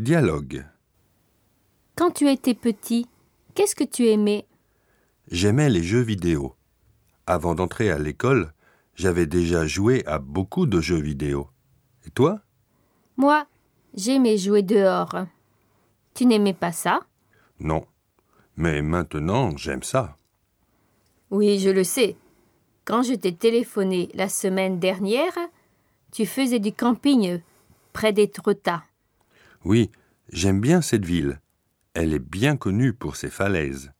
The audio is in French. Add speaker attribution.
Speaker 1: Dialogue.
Speaker 2: Quand tu étais petit, qu'est-ce que tu aimais
Speaker 1: J'aimais les jeux vidéo. Avant d'entrer à l'école, j'avais déjà joué à beaucoup de jeux vidéo. Et toi
Speaker 2: Moi, j'aimais jouer dehors. Tu n'aimais pas ça
Speaker 1: Non. Mais maintenant, j'aime ça.
Speaker 2: Oui, je le sais. Quand je t'ai téléphoné la semaine dernière, tu faisais du camping près des Trotas.
Speaker 1: Oui, j'aime bien cette ville. Elle est bien connue pour ses falaises.